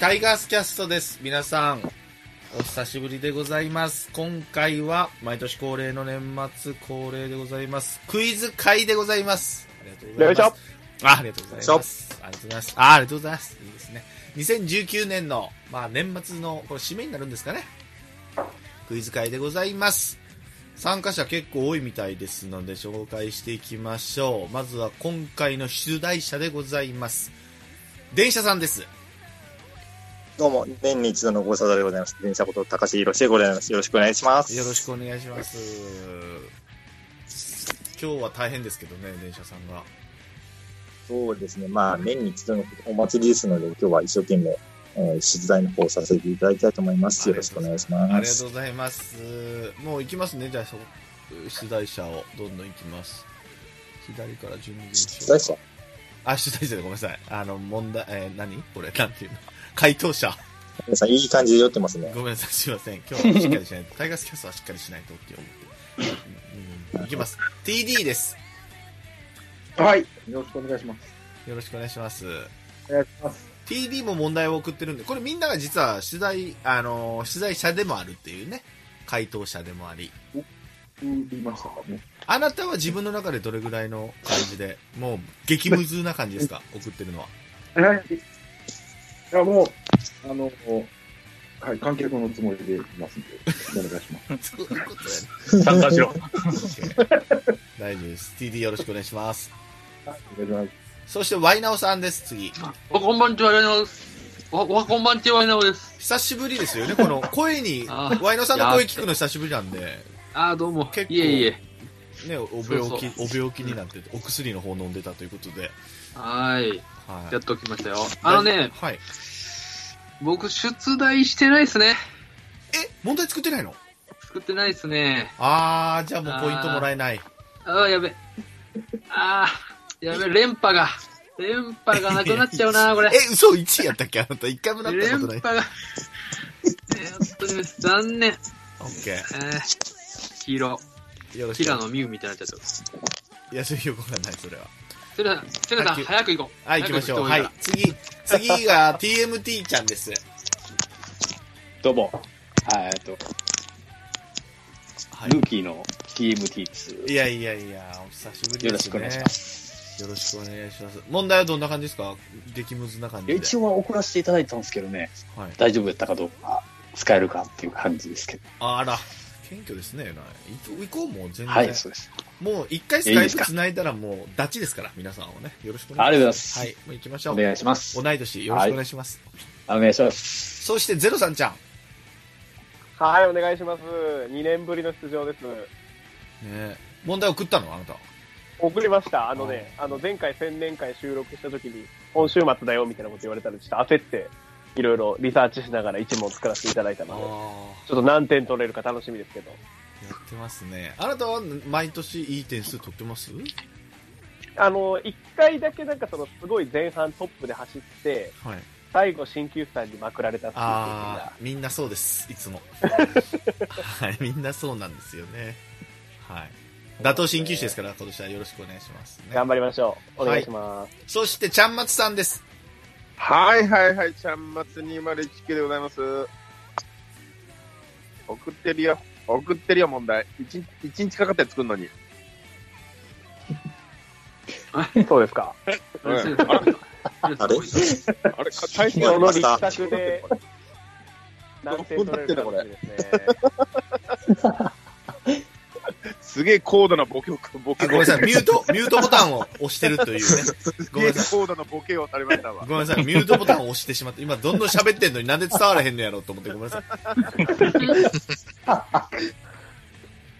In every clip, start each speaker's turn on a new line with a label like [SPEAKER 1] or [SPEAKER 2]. [SPEAKER 1] タイガースキャストです。皆さん、お久しぶりでございます。今回は、毎年恒例の年末恒例でございます。クイズ会でございます。ありがとうございます。
[SPEAKER 2] よいし
[SPEAKER 1] あありがとうございます。ありがとうございます。あありがとうございます。いいですね。2019年の、まあ年末の、これ締めになるんですかね。クイズ会でございます。参加者結構多いみたいですので紹介していきましょう。まずは今回の出題者でございます。電車さんです。
[SPEAKER 2] どうも、年に一度のご無沙汰でございます。電車こと高橋宏でございます。よろしくお願いします。
[SPEAKER 1] よろしくお願いします。今日は大変ですけどね、電車さんが。
[SPEAKER 2] そうですね。まあ、年に一度のお祭りですので、今日は一生懸命、えー、出題の方をさせていただきたいと思います。よろしくお願いします。
[SPEAKER 1] ありがとうございます。もう行きますね、じゃあ、そ出題者をどんどん行きます。左から順に行きましょう
[SPEAKER 2] 出題者
[SPEAKER 1] あ、出題者でごめんなさい。あの、問題、えー何これ、なんていうの回答者。
[SPEAKER 2] 皆さん、いい感じで酔ってますね。
[SPEAKER 1] ごめんなさい、すいません。今日はしっかりしないと。タイガースキャストはしっかりしないとって思って。うん、いきます。TD です。
[SPEAKER 3] はい。よろしくお願いします。
[SPEAKER 1] よろしくお願いします。
[SPEAKER 3] お願いします。
[SPEAKER 1] TD も問題を送ってるんで、これみんなが実は取材、あのー、取材者でもあるっていうね、回答者でもあり、
[SPEAKER 3] うん言いましたかね。
[SPEAKER 1] あなたは自分の中でどれぐらいの感じで、もう激ムズな感じですか、送ってるのは。
[SPEAKER 3] はい。いや、もう、あの、はい、観客のつもりでいますんで、お願いします。
[SPEAKER 1] そういうことやね
[SPEAKER 4] 参加しろ。
[SPEAKER 1] 大丈夫です。TD よろしくお願いします。
[SPEAKER 3] お願いし
[SPEAKER 1] そして、ワイナオさんです、次。
[SPEAKER 4] おこんばんちは、ワイナオです。おおこんばんちは、ワイナオです。
[SPEAKER 1] 久しぶりですよね、この声に、
[SPEAKER 4] あー
[SPEAKER 1] ワイナオさんの声聞くの久しぶりなんで、
[SPEAKER 4] あーどうも。
[SPEAKER 1] 結構
[SPEAKER 4] いえいえ。
[SPEAKER 1] ね、お病
[SPEAKER 4] そう
[SPEAKER 1] 気、お病気になってて、お薬の方飲んでたということで、
[SPEAKER 4] はーい。
[SPEAKER 1] はい。
[SPEAKER 4] やっと来ましたよ。あのね、
[SPEAKER 1] はい。
[SPEAKER 4] 僕、出題してないですね。
[SPEAKER 1] え、問題作ってないの
[SPEAKER 4] 作ってないですね。
[SPEAKER 1] あー、じゃあもうポイントもらえない。
[SPEAKER 4] ああ、やべ。ああ、や べ、連覇が。連覇がなくなっちゃうな、これ。
[SPEAKER 1] え、嘘1位やったっけあなた一回もなった
[SPEAKER 4] 連
[SPEAKER 1] ことない
[SPEAKER 4] 覇。が。えー本当に残念。
[SPEAKER 1] オッケ
[SPEAKER 4] えー、黄色。
[SPEAKER 1] ー。よろしく。
[SPEAKER 4] 平野美宇みたいになっちゃった。
[SPEAKER 1] いや、そういうことはない、それは。
[SPEAKER 4] セレさん、セレさん、早く行こう。
[SPEAKER 1] はい、行きましょう。は
[SPEAKER 4] 早く
[SPEAKER 1] い。次、次が TMT ちゃんです。
[SPEAKER 5] どうも。はい、えっと、
[SPEAKER 1] は
[SPEAKER 5] ルーキーの TMT です。
[SPEAKER 1] い。いやいやいや、お久しぶりです、ね。。
[SPEAKER 5] よろしくお願いします
[SPEAKER 1] よろしくお願いします。問題はどんな感じですか激ムズな感じ
[SPEAKER 5] い
[SPEAKER 1] で。
[SPEAKER 5] や一応は送らせていただいたんですけどね、
[SPEAKER 1] はい。
[SPEAKER 5] 大丈夫やったかどうか、使えるかっていう感じですけど。
[SPEAKER 1] あら、謙虚ですね。えらい行こう、もう全然。
[SPEAKER 5] はい、そうです。
[SPEAKER 1] もう一回ス
[SPEAKER 5] いい
[SPEAKER 1] カイ
[SPEAKER 5] です
[SPEAKER 1] プ
[SPEAKER 5] か
[SPEAKER 1] 繋いだらもう、ダチですから、皆さんをね。よろしくお
[SPEAKER 5] あ
[SPEAKER 1] 願い
[SPEAKER 5] り
[SPEAKER 1] しま。
[SPEAKER 5] がとうございますす。
[SPEAKER 1] はい、もう行きましょ
[SPEAKER 5] お
[SPEAKER 1] う。
[SPEAKER 5] 願いします。
[SPEAKER 1] 同い年、よろしくお願いします。
[SPEAKER 5] お願いします。
[SPEAKER 1] そして、ゼロさんちゃん。
[SPEAKER 6] はい、お願いします。2年ぶりの出場です。
[SPEAKER 1] ね問題送ったのあなた。
[SPEAKER 6] 送りました。あのね、あの、前回千年会収録した時に、今週末だよみたいなこと言われたら、ちょっと焦って、いろいろリサーチしながら一問作らせていただいた
[SPEAKER 1] あ
[SPEAKER 6] ので、
[SPEAKER 1] あ。
[SPEAKER 6] ちょっと何点取れるか楽しみですけど。
[SPEAKER 1] やってますね。あなたは毎年いい点数取ってます
[SPEAKER 6] あの、1回だけなんかその、すごい前半トップで走って、
[SPEAKER 1] はい。
[SPEAKER 6] 最後新球さんにまくられたっていう経験
[SPEAKER 1] あ
[SPEAKER 6] が
[SPEAKER 1] ー、みんなそうです、いつ も。はい、みんなそうなんですよね。はい。打倒新球種ですから、今年はよろしくお願いします、ね。
[SPEAKER 6] 頑張りましょう。お願いします。
[SPEAKER 1] そして、ちゃんまつさんです。
[SPEAKER 7] はいはいはい、ちゃんまつ2019でございます。送ってるよ、送ってるよ問題。一日一日かかって作るのに。
[SPEAKER 6] そうですか。
[SPEAKER 7] うん
[SPEAKER 4] 行こう
[SPEAKER 7] あれ、
[SPEAKER 2] あれ
[SPEAKER 7] あれ、大 変
[SPEAKER 6] その
[SPEAKER 7] し
[SPEAKER 6] 立
[SPEAKER 7] た。
[SPEAKER 6] 作で、何点取れるか楽しみですね。
[SPEAKER 7] すげえ高度なボケを、ボケ
[SPEAKER 1] あ、ごめんなさい、ミュート、ミュートボタンを押してるというね。ご
[SPEAKER 7] ご
[SPEAKER 1] め
[SPEAKER 7] め
[SPEAKER 1] んなさい。
[SPEAKER 7] 高度なボケをされました
[SPEAKER 1] ご。
[SPEAKER 7] わ
[SPEAKER 1] めんなさい、ミュートボタンを押してしまって、今どんどん喋ってんのになんで伝わらへんのやろうと思って、ごめんなさい。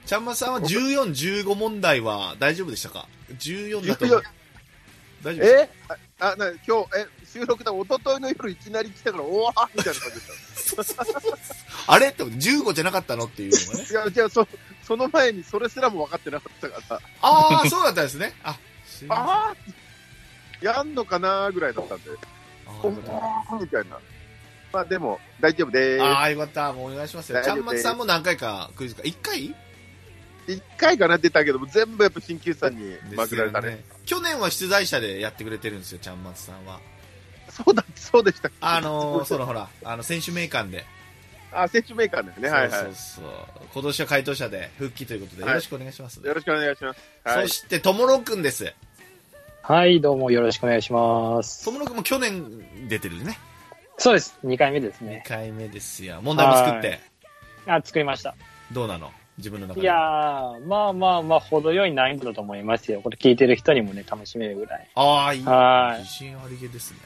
[SPEAKER 1] ちゃんまつさんは14、15問題は大丈夫でしたか ?14 だと思う。大丈夫で
[SPEAKER 7] えあ、な、今日、え、収録だ、一昨日の夜いきなり来たから、おわーみたいな感じでし
[SPEAKER 1] すかあれって15じゃなかったのっていうの がね。
[SPEAKER 7] た。いや、じゃあ、そ、その前にそれすらも分かってなかったから、
[SPEAKER 1] ああ、そうだったんですね。あ、すいません。あ
[SPEAKER 7] あーやんのかなーぐらいだったんで、
[SPEAKER 1] ー
[SPEAKER 7] お
[SPEAKER 1] よかった
[SPEAKER 7] ーみたいな。まあでも、大丈夫でー
[SPEAKER 1] あー、よかった。もうお願いしますよ。
[SPEAKER 7] 大
[SPEAKER 1] ち
[SPEAKER 7] 丈
[SPEAKER 1] ゃ
[SPEAKER 7] 夫
[SPEAKER 1] んまつさんも何回かクイズか。1回
[SPEAKER 7] す。一回かなってたけど、全部やっぱ新旧さんにまくられたね。
[SPEAKER 1] 去年は出題者でやってくれてるんですよ、ちゃんまつさんは。
[SPEAKER 7] そうだ、そうでしたっけ
[SPEAKER 1] あ のー、そのほら、あの、選手名鑑で。
[SPEAKER 7] あ、選手メーカーですね。はいは
[SPEAKER 1] そうそうそう。今年は回答者で復帰ということで、
[SPEAKER 7] はい
[SPEAKER 1] よろしくお願いします。
[SPEAKER 7] い。よろしくお願いします。はい
[SPEAKER 1] そ。して、ともろくんです。
[SPEAKER 5] はい、どうもよろしくお願いします
[SPEAKER 1] と。もろくんも去年出てるね。
[SPEAKER 5] そうです。2回目です
[SPEAKER 1] 2
[SPEAKER 5] ね。
[SPEAKER 1] 回目ですよ。問題も作っ
[SPEAKER 5] は
[SPEAKER 1] て、
[SPEAKER 5] あ、作りました。
[SPEAKER 1] どうなの自分の中で。
[SPEAKER 5] いやー、まあまあまあ、程よい難易度だと思いますよ。これ聞いてる人にもね、楽しめるぐらい。
[SPEAKER 1] ああ、いい。
[SPEAKER 5] はい
[SPEAKER 1] 自信ありげですね。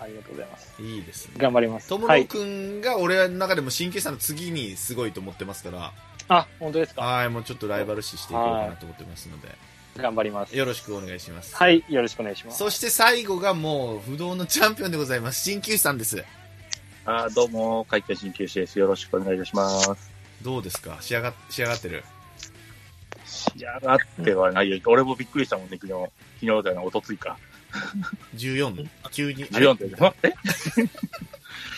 [SPEAKER 5] ありがとうございます。
[SPEAKER 1] いいですね。
[SPEAKER 5] 頑張ります。
[SPEAKER 1] とも
[SPEAKER 5] は
[SPEAKER 1] ろ
[SPEAKER 5] い。
[SPEAKER 1] くんが俺の中でも神経質の次にすごいと思ってますから、
[SPEAKER 5] あ、本当ですか
[SPEAKER 1] はい、もうちょっとライバル視していこうかなと思ってますので、
[SPEAKER 5] 頑張ります。
[SPEAKER 1] よろしくお願いします。
[SPEAKER 5] はい、よろしくお願いします。
[SPEAKER 1] そして最後がもう不動のチャンピオンでございます。鍼灸師さんです。
[SPEAKER 8] あーどうも、海峡鍼灸師です。よろしくお願いいたします。
[SPEAKER 1] どうですか仕上が、仕上がってる。
[SPEAKER 8] 仕上がってはないよ。俺もびっくりしたもんね、昨日。昨日だよね、おとついか。
[SPEAKER 1] 14? 急に。
[SPEAKER 8] 14点。あえ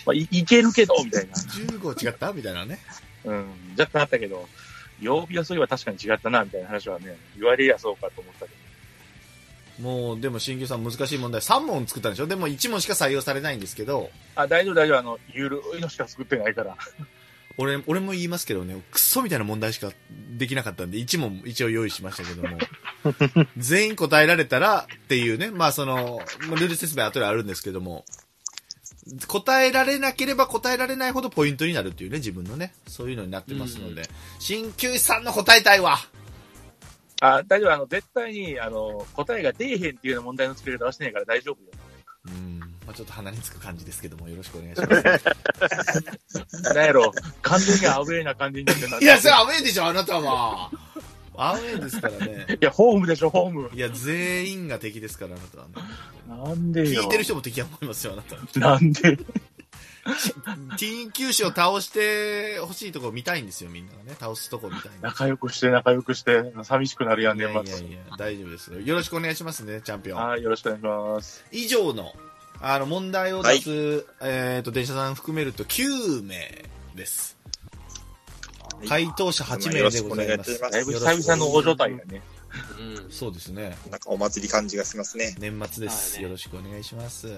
[SPEAKER 8] まあい、いけるけど、みたいな。
[SPEAKER 1] 15違ったみたいなね。
[SPEAKER 8] うん、若干あったけど、曜日はそういえば確かに違ったな、みたいな話はね、言われりゃそうかと思ったけ
[SPEAKER 1] もう、でも、新旧さん難しい問題。3問作ったんでしょでも1問しか採用されないんですけど、
[SPEAKER 8] ど。あ、大丈夫、大丈夫。あの、ゆるいのしか作ってないから。
[SPEAKER 1] 俺、俺も言いますけどね、クソみたいな問題しかできなかったんで、1問一応用意しましたけども、全員答えられたらっていうね、まあその、まあルール説明後であるんですけども、答えられなければ答えられないほどポイントになるっていうね、自分のね、そういうのになってますので、鍼灸師さんの答えたいわ
[SPEAKER 8] あ、大丈夫。あの、絶対に、あの、答えが出えへんっていうような問題の作り方はしてないから大丈夫よ。
[SPEAKER 1] うん、まあちょっと鼻につく感じですけども、よろしくお願いします。
[SPEAKER 8] なんやろ、完全にアウェーな感じになってた
[SPEAKER 1] いや、それアウェイでしょ、あなたは。アウェイですからね。
[SPEAKER 8] いや、ホームでしょ、ホーム。
[SPEAKER 1] いや、全員が敵ですから、あなたはね。
[SPEAKER 8] なんで
[SPEAKER 1] 聞
[SPEAKER 8] よ。
[SPEAKER 1] いてる人も敵や思いますよ、あなたは。
[SPEAKER 8] なんで
[SPEAKER 1] 緊急士を倒してほしいとこ見たいんですよ、みんながね。倒すとこ見たいんで
[SPEAKER 8] 仲良くして、仲良くして、寂しくなるやん、
[SPEAKER 1] いや
[SPEAKER 8] 年
[SPEAKER 1] いやい
[SPEAKER 8] 末。
[SPEAKER 1] や、大丈夫ですよ。よろしくお願いしますね、チャンピオン。
[SPEAKER 8] はい、よろしくお願いします。
[SPEAKER 1] 以上の、あの、問題を出す、えっ、と、電車さん含めると9名です。
[SPEAKER 2] はい
[SPEAKER 1] 回答者8
[SPEAKER 2] よ
[SPEAKER 1] 名
[SPEAKER 2] ろ
[SPEAKER 1] で
[SPEAKER 2] しく
[SPEAKER 1] ご
[SPEAKER 2] お
[SPEAKER 1] ざ
[SPEAKER 2] 願い
[SPEAKER 1] い
[SPEAKER 2] い
[SPEAKER 1] ま
[SPEAKER 2] た
[SPEAKER 1] す
[SPEAKER 2] し。ま
[SPEAKER 8] だい
[SPEAKER 2] す
[SPEAKER 8] ぶ。久々のご状態だね。
[SPEAKER 4] うん。
[SPEAKER 1] そうですね。
[SPEAKER 2] なんかお祭り感じがしますね。
[SPEAKER 1] 年末です。
[SPEAKER 4] はいね
[SPEAKER 1] よろしくお願いします。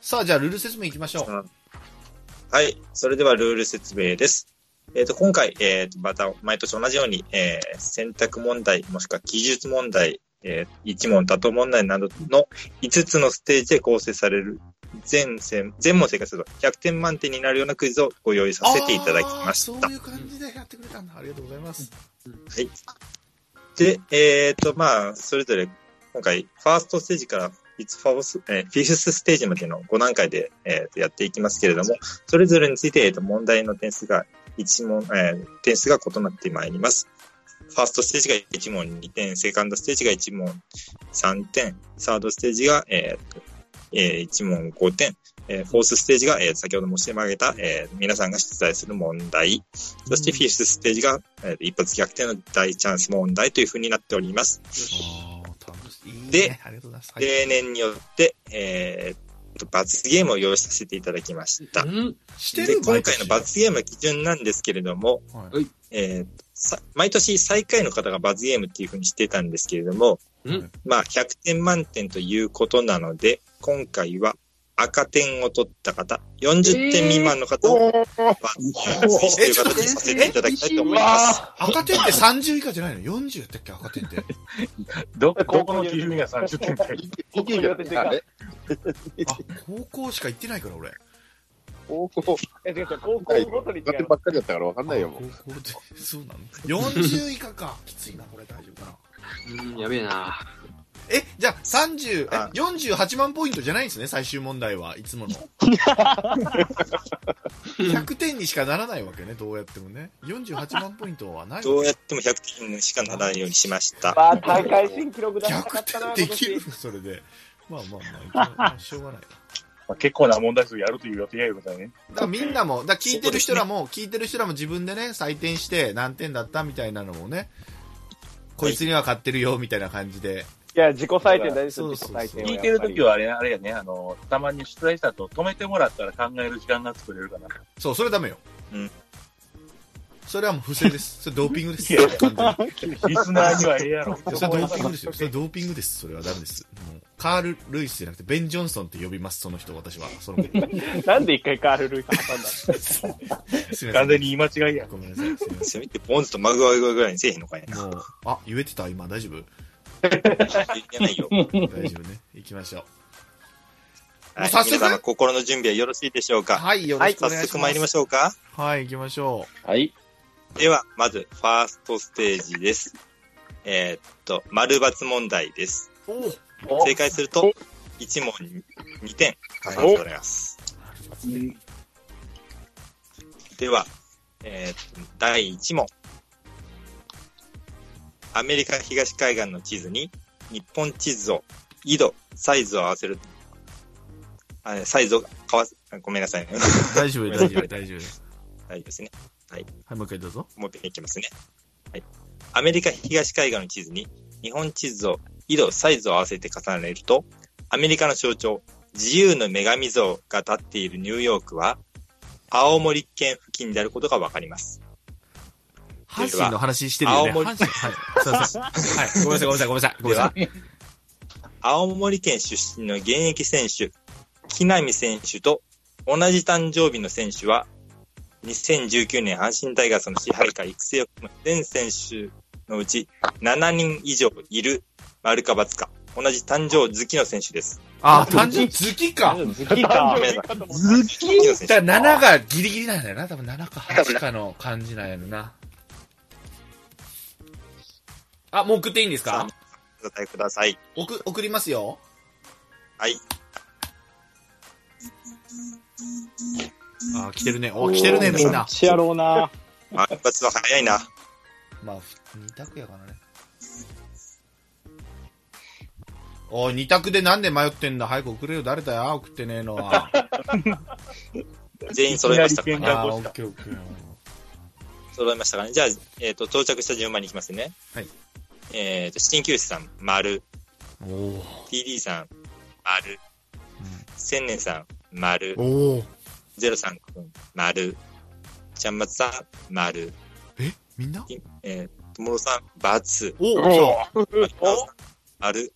[SPEAKER 1] さあ、じゃあ、ルール説明いきましょう。
[SPEAKER 2] はい。それではルール説明です。えっ、と、今回、えっ、と、また、毎年同じように、えー選択問題、もしくは記述問題、えー一問多答問題などの5つのステージで構成される、全選、全問正解すれば100点満点になるようなクイズをご用意させていただきまし
[SPEAKER 1] あーそ
[SPEAKER 2] た
[SPEAKER 1] うい。う感じでやってくれたんだ。ありがとうございます。
[SPEAKER 2] で、えっ、と、まあ、それぞれ、今回、ファーストステージからフィファース、えーフィフスステージまでの5段階で、えーとやっていきますけれども、それぞれについて、えーと問題の点数が1問、えー点数が異なってまいります。ファーストステージが1問2点、セカンドステージが1問3点、サードステージが、えーとえ1問5点、えーフォースステージが、えー先ほど申し上げた、えー皆さんが出題する問題、そしてフィフスステージが、えー一発逆転の大チャンス問題というふうになっております。
[SPEAKER 1] あー楽しいいいね
[SPEAKER 2] で
[SPEAKER 1] ありがとうございます。はい、
[SPEAKER 2] 例年によって、えーと罰ゲームを用意させていただきました。
[SPEAKER 4] うん。
[SPEAKER 1] して
[SPEAKER 2] で、
[SPEAKER 1] る
[SPEAKER 2] 今回の罰ゲームの基準なんですけれども、
[SPEAKER 1] はい
[SPEAKER 4] はい
[SPEAKER 2] えーとさ毎年最下位の方が罰ゲームっていうふうにしてたんですけれども、
[SPEAKER 4] うん
[SPEAKER 2] まあ、100点満点ということなので、今回は赤点を取った方、40点未満の方を罰ゲームという形にさせていただきたいと思います。
[SPEAKER 1] 赤点って30以下じゃないの ?40 やったっけ赤点って。
[SPEAKER 8] ど、どこの基準が30 点って。
[SPEAKER 6] 意見が出てか
[SPEAKER 7] あれ
[SPEAKER 1] あ、高校しか行ってないから俺。
[SPEAKER 3] 高校、
[SPEAKER 6] え、違う違う、高校ごとに違
[SPEAKER 3] やって
[SPEAKER 6] う。
[SPEAKER 3] ばっかりだったからわかんないよ、も
[SPEAKER 1] 高
[SPEAKER 3] う。
[SPEAKER 1] 校で、そうなの ?40 以下か。きついな、これ大丈夫かな。
[SPEAKER 4] うん、やべえな。
[SPEAKER 1] え、じゃあ30、
[SPEAKER 2] あ
[SPEAKER 1] え、48万ポイントじゃないんですね、最終問題はいつ もの。100点にしかならないわけね、どうやってもね。48万ポイントはない
[SPEAKER 2] ど
[SPEAKER 1] わ
[SPEAKER 2] う
[SPEAKER 1] け
[SPEAKER 2] やっても100点にしかならないようにしました。
[SPEAKER 6] まあ、大会新記録出した
[SPEAKER 1] 逆
[SPEAKER 6] かったな、
[SPEAKER 1] 転できるそれで。まあまあまあ、しょうがない。
[SPEAKER 8] まあ結構な問題数やるという予定やいうことだね。
[SPEAKER 1] だからみんなも、だから聞いてる人らも、聞いてる人らも自分でね、採点して何点だったみたいなのをね、こいつには勝ってるよみたいな感じで、
[SPEAKER 6] いや、自己採点大事ですよ、
[SPEAKER 1] そう
[SPEAKER 6] 自
[SPEAKER 1] そう
[SPEAKER 6] 己
[SPEAKER 1] そう
[SPEAKER 6] 採点は
[SPEAKER 8] 聞
[SPEAKER 6] やっぱ
[SPEAKER 8] い
[SPEAKER 6] り
[SPEAKER 8] てるときはあれ、あれやね、あの、たまに出題した後、止めてもらったら考える時間が作れるかな。
[SPEAKER 1] そう、それダメよ。それはもう不正です。それドーピングです。
[SPEAKER 8] いや
[SPEAKER 1] 完全に
[SPEAKER 8] リスナーにはええや ろ。
[SPEAKER 1] それはドーピングですよ。それはドーピングです。それはダメです。もうカール・ルイスじゃなくて、ベン・ジョンソンって呼びます、その人、私は。 その子
[SPEAKER 6] なんで一回カール・ルイス挟んだの
[SPEAKER 1] すみませ
[SPEAKER 8] 完全
[SPEAKER 1] ん。
[SPEAKER 8] に言い間違いや。
[SPEAKER 1] ごめんなさい。すみま
[SPEAKER 2] せめてポンズとマグワイぐらいにせえへんのか いな。
[SPEAKER 1] せん。もう、あ、言えてた今、大 丈夫
[SPEAKER 2] 言ってないよ。
[SPEAKER 1] 大丈夫ね。行きましょう。
[SPEAKER 2] はい
[SPEAKER 1] 早速
[SPEAKER 2] 皆様、心の準備はよろしいでしょうか
[SPEAKER 1] はい、よろ
[SPEAKER 2] は
[SPEAKER 1] し
[SPEAKER 2] い、
[SPEAKER 1] くお
[SPEAKER 2] 早
[SPEAKER 1] 願いし
[SPEAKER 2] 速
[SPEAKER 1] ま。
[SPEAKER 2] 参りますしょうか。
[SPEAKER 1] はい、行きましょ
[SPEAKER 9] はい。
[SPEAKER 2] では、まず、ファーストステージです。えーっと、丸抜問題です。
[SPEAKER 1] う。お
[SPEAKER 2] 正解すると、1問に2点加算しております。では、えーっと、第1問。アメリカ東海岸の地図に、日本地図を、緯度、サイズを合わせる、あサイズをかわす、あごめんなさい ね。
[SPEAKER 1] 大丈夫、大丈夫、大丈夫です。
[SPEAKER 2] 大丈夫ですね。
[SPEAKER 1] はい、もう一回どうぞ。
[SPEAKER 2] もう一遍いきますね。はい。アメリカ東海岸の地図に日本地図を緯度、サイズを合わせて重ねると、アメリカの象徴、自由の女神像が立っているニューヨークは、青森県付近であることがわかります。
[SPEAKER 1] 阪神の話してるよね。
[SPEAKER 2] 青森
[SPEAKER 1] 阪神。はい、すいません。はい、ごめんなさい、ごめんなさい、ごめんなさい。ごめんなさい。
[SPEAKER 2] 青森県出身の現役選手、木浪選手と同じ誕生日の選手は、2019年阪神タイガースの支配下育成を含む全選手のうち7人以上いる丸か×か、同じ誕生月の選手です。
[SPEAKER 1] あ、単純に月か。
[SPEAKER 5] 好 きか
[SPEAKER 2] ご。めんなさい。月の選
[SPEAKER 1] だ
[SPEAKER 2] 手。
[SPEAKER 1] から7がギリギリなんだよな。多分7か8かの感じなんやろな。あ、もう送っていいんですか
[SPEAKER 2] さお答えください。
[SPEAKER 1] 送、送りますよ。
[SPEAKER 2] はい。
[SPEAKER 1] あ、来てるね。お、来てるね、みんな。
[SPEAKER 5] しやろう な。
[SPEAKER 2] あ、一発は早いな。
[SPEAKER 1] まあ、2択やからね。おい、2択でなんで迷ってんだ早く送れよ。誰だよ送ってねえの は。
[SPEAKER 2] 全員揃いましたか
[SPEAKER 8] いき
[SPEAKER 2] ね。
[SPEAKER 8] なり喧嘩
[SPEAKER 1] あー、オッケーオッケー。
[SPEAKER 2] 揃いましたかね。じゃあ、えっ、と、到着した順番に行きますね。
[SPEAKER 1] はい。
[SPEAKER 2] えっ、と、新旧師さん、丸。
[SPEAKER 1] おお
[SPEAKER 2] TD さん、丸。千年さん、丸
[SPEAKER 1] ー。おー
[SPEAKER 2] ゼロさんくん、丸。ちゃんまつさん、丸。
[SPEAKER 1] えみんな
[SPEAKER 2] えー、ともろさん、バツ。
[SPEAKER 1] おお来た
[SPEAKER 2] お丸。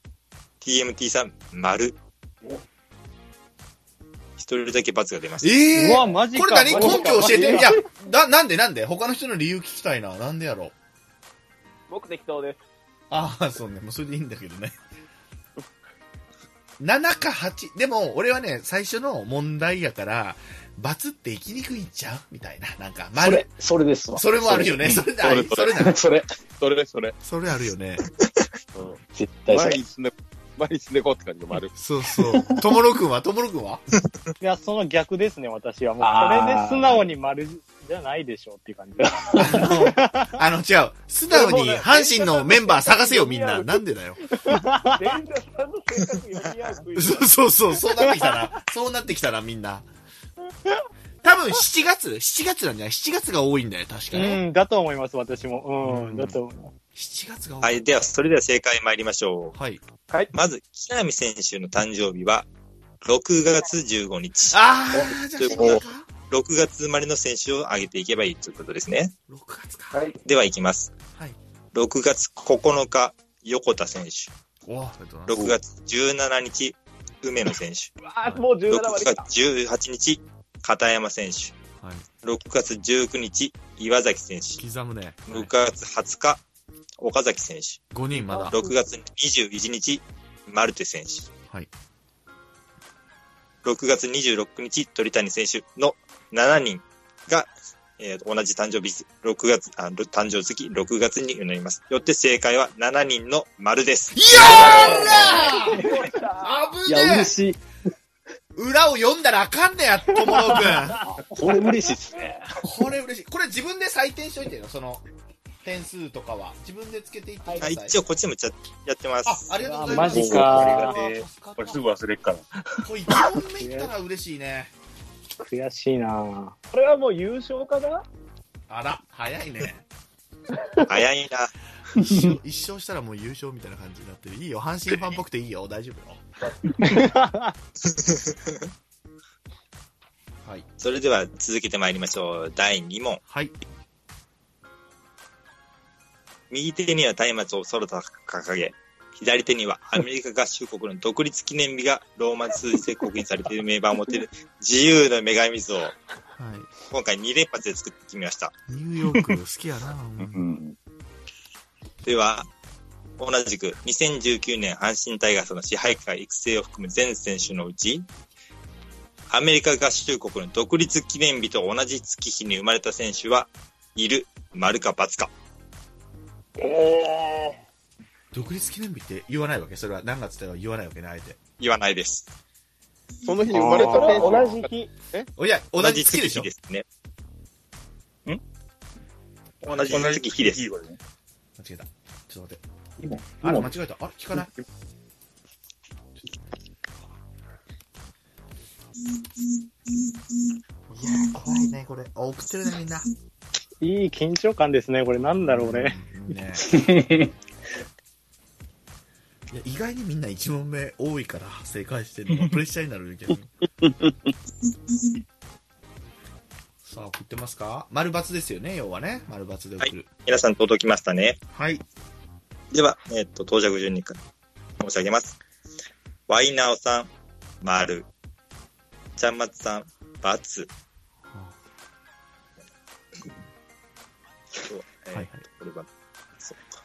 [SPEAKER 2] TMT さん、丸。一人だけバツが出ました。
[SPEAKER 1] え
[SPEAKER 5] う
[SPEAKER 1] え
[SPEAKER 5] わ、マジか。
[SPEAKER 1] これ何根拠教えてい
[SPEAKER 5] や。
[SPEAKER 1] や、な、なんでなんで他の人の理由聞きたいな。なんでやろう
[SPEAKER 6] 僕適当です。
[SPEAKER 1] ああ、そうね。もうそれでいいんだけどね。7か8。でも、俺はね、最初の問題やから、×って生きにくいんちゃうみたいな。なんか、
[SPEAKER 9] そ
[SPEAKER 1] 丸
[SPEAKER 9] れ。、それですわ。
[SPEAKER 1] それもあるよね。それだ。それだ。
[SPEAKER 9] それ、それ、それ。
[SPEAKER 1] それあるよね。
[SPEAKER 9] 絶対そ
[SPEAKER 7] 前
[SPEAKER 9] れ
[SPEAKER 7] に。進んで、前に進んでこうって感じの丸。
[SPEAKER 1] そうそう。ともろくんはともろくんはい
[SPEAKER 5] や、その逆ですね、私は。も
[SPEAKER 9] あ
[SPEAKER 5] う、
[SPEAKER 9] ー
[SPEAKER 5] これで素直に丸じゃないでしょうっていう 感じ。
[SPEAKER 1] あの、あの違う。素直に阪神のメンバー探せよ、みんな。なんでだよ。
[SPEAKER 6] デンジャーさんの性格読み合うクイズ。
[SPEAKER 1] そうそうそう、そうなってきたな。そうなってきたな、みんな。多分7月 ?7 月なんじゃない ?7 月が多いんだよ、確か
[SPEAKER 5] う
[SPEAKER 1] に。
[SPEAKER 5] ん、だと思います、私も。
[SPEAKER 1] う
[SPEAKER 5] うんん、だと思います。
[SPEAKER 1] 7月が多い。
[SPEAKER 2] はい、では、それでは正解参りましょ
[SPEAKER 1] はい。
[SPEAKER 2] う。まず、木浪選手の誕生日は、6月15日。
[SPEAKER 1] ああ、じゃあ
[SPEAKER 2] とい
[SPEAKER 1] 7
[SPEAKER 2] うこと
[SPEAKER 1] 月
[SPEAKER 2] で
[SPEAKER 1] か。
[SPEAKER 2] 6月生まれの選手を挙げていけばいいということですね。
[SPEAKER 1] 6月か。はい。
[SPEAKER 2] では、いきます。
[SPEAKER 1] はい。
[SPEAKER 2] 6月9日、横田選手。
[SPEAKER 1] おぉ、それとな。
[SPEAKER 2] 6月17日、梅 野選手。
[SPEAKER 6] あー、もう17
[SPEAKER 2] 6
[SPEAKER 6] まで来た。
[SPEAKER 2] 月18日、片山選手。
[SPEAKER 1] はい
[SPEAKER 2] 6月19日、岩崎選手。
[SPEAKER 1] 刻むね。
[SPEAKER 2] 6月20日、岡崎選手。
[SPEAKER 1] 5人まだ。
[SPEAKER 2] 6月21日、マルテ選手。
[SPEAKER 1] はい。
[SPEAKER 2] 6月26日、鳥谷選手の7人が、えー同じ誕生日、6月、あ、ろ誕生月、6月になります。よって正解は7人の丸です。
[SPEAKER 1] やーらー
[SPEAKER 9] い
[SPEAKER 1] 危
[SPEAKER 9] や、
[SPEAKER 1] ね
[SPEAKER 9] 嬉しい。
[SPEAKER 1] え裏を読んだらあかんねや、ともろ
[SPEAKER 9] これ嬉しいっすね。
[SPEAKER 1] くん。これ嬉しい。これ自分で採点しといてよ、その、点数とかは。自分でつけていってくださ
[SPEAKER 2] あ
[SPEAKER 1] い。
[SPEAKER 2] 一応こっちもちゃやってます。
[SPEAKER 1] あ、ありがとうございます。
[SPEAKER 5] マジか
[SPEAKER 1] あー助かっ
[SPEAKER 8] これ
[SPEAKER 1] た
[SPEAKER 8] すぐ忘れっから。
[SPEAKER 1] これ1問目いったら嬉しいね。
[SPEAKER 5] 悔しいな
[SPEAKER 6] これはもう優勝かな
[SPEAKER 1] あら、早いね。
[SPEAKER 2] 早いな。
[SPEAKER 1] 一 生、一生したらもう優勝みたいな感じになってる。いいよ、阪神ファンっぽくていいよ、大丈夫よ。はい。
[SPEAKER 2] それでは続けてまいりましょう。第2問。
[SPEAKER 1] はい。
[SPEAKER 2] 右手には松明を空高く掲げ、左手にはアメリカ合衆国の独立記念日がローマ数字で刻印されている名盤を持っている自由の女神像を
[SPEAKER 1] はい。
[SPEAKER 2] 今回2連発で作ってきました。
[SPEAKER 1] ニューヨーク好きやな。
[SPEAKER 9] うん。
[SPEAKER 2] では、同じく2019年阪神タイガースの支配下育成を含む全選手のうち、アメリカ合衆国の独立記念日と同じ月日に生まれた選手はいる、丸か×か。
[SPEAKER 1] 独立記念日って言わないわけそれは何月とは言わないわけね、あえて。
[SPEAKER 2] 言わないです。
[SPEAKER 7] その日に生まれた選手
[SPEAKER 5] 同じ日。
[SPEAKER 1] おいや、同じ月でしょ
[SPEAKER 2] ですね。ん同じ月日です。
[SPEAKER 8] これね
[SPEAKER 1] 間違えた。ちょっと待って。
[SPEAKER 3] 今、
[SPEAKER 1] あれ、間
[SPEAKER 3] 今
[SPEAKER 1] 違、えた。あれ、聞かない。いやー、怖いね、これ。あ送ってるね、みんな。
[SPEAKER 5] いい緊張感ですね。これなんだろう、俺。
[SPEAKER 1] ね いや意外にみんな1問目多いから正解して るのがプレッシャーになるけどさあ送ってますか丸×ですよね要はね丸×で送る
[SPEAKER 2] 皆さん届きましたね。
[SPEAKER 1] はい、
[SPEAKER 2] では、えっと、到着順にか申し上げます。ワイナオさん、丸。ちゃんまつさん、バツ。え
[SPEAKER 1] は
[SPEAKER 2] ー
[SPEAKER 1] いはい
[SPEAKER 2] これは、そうか。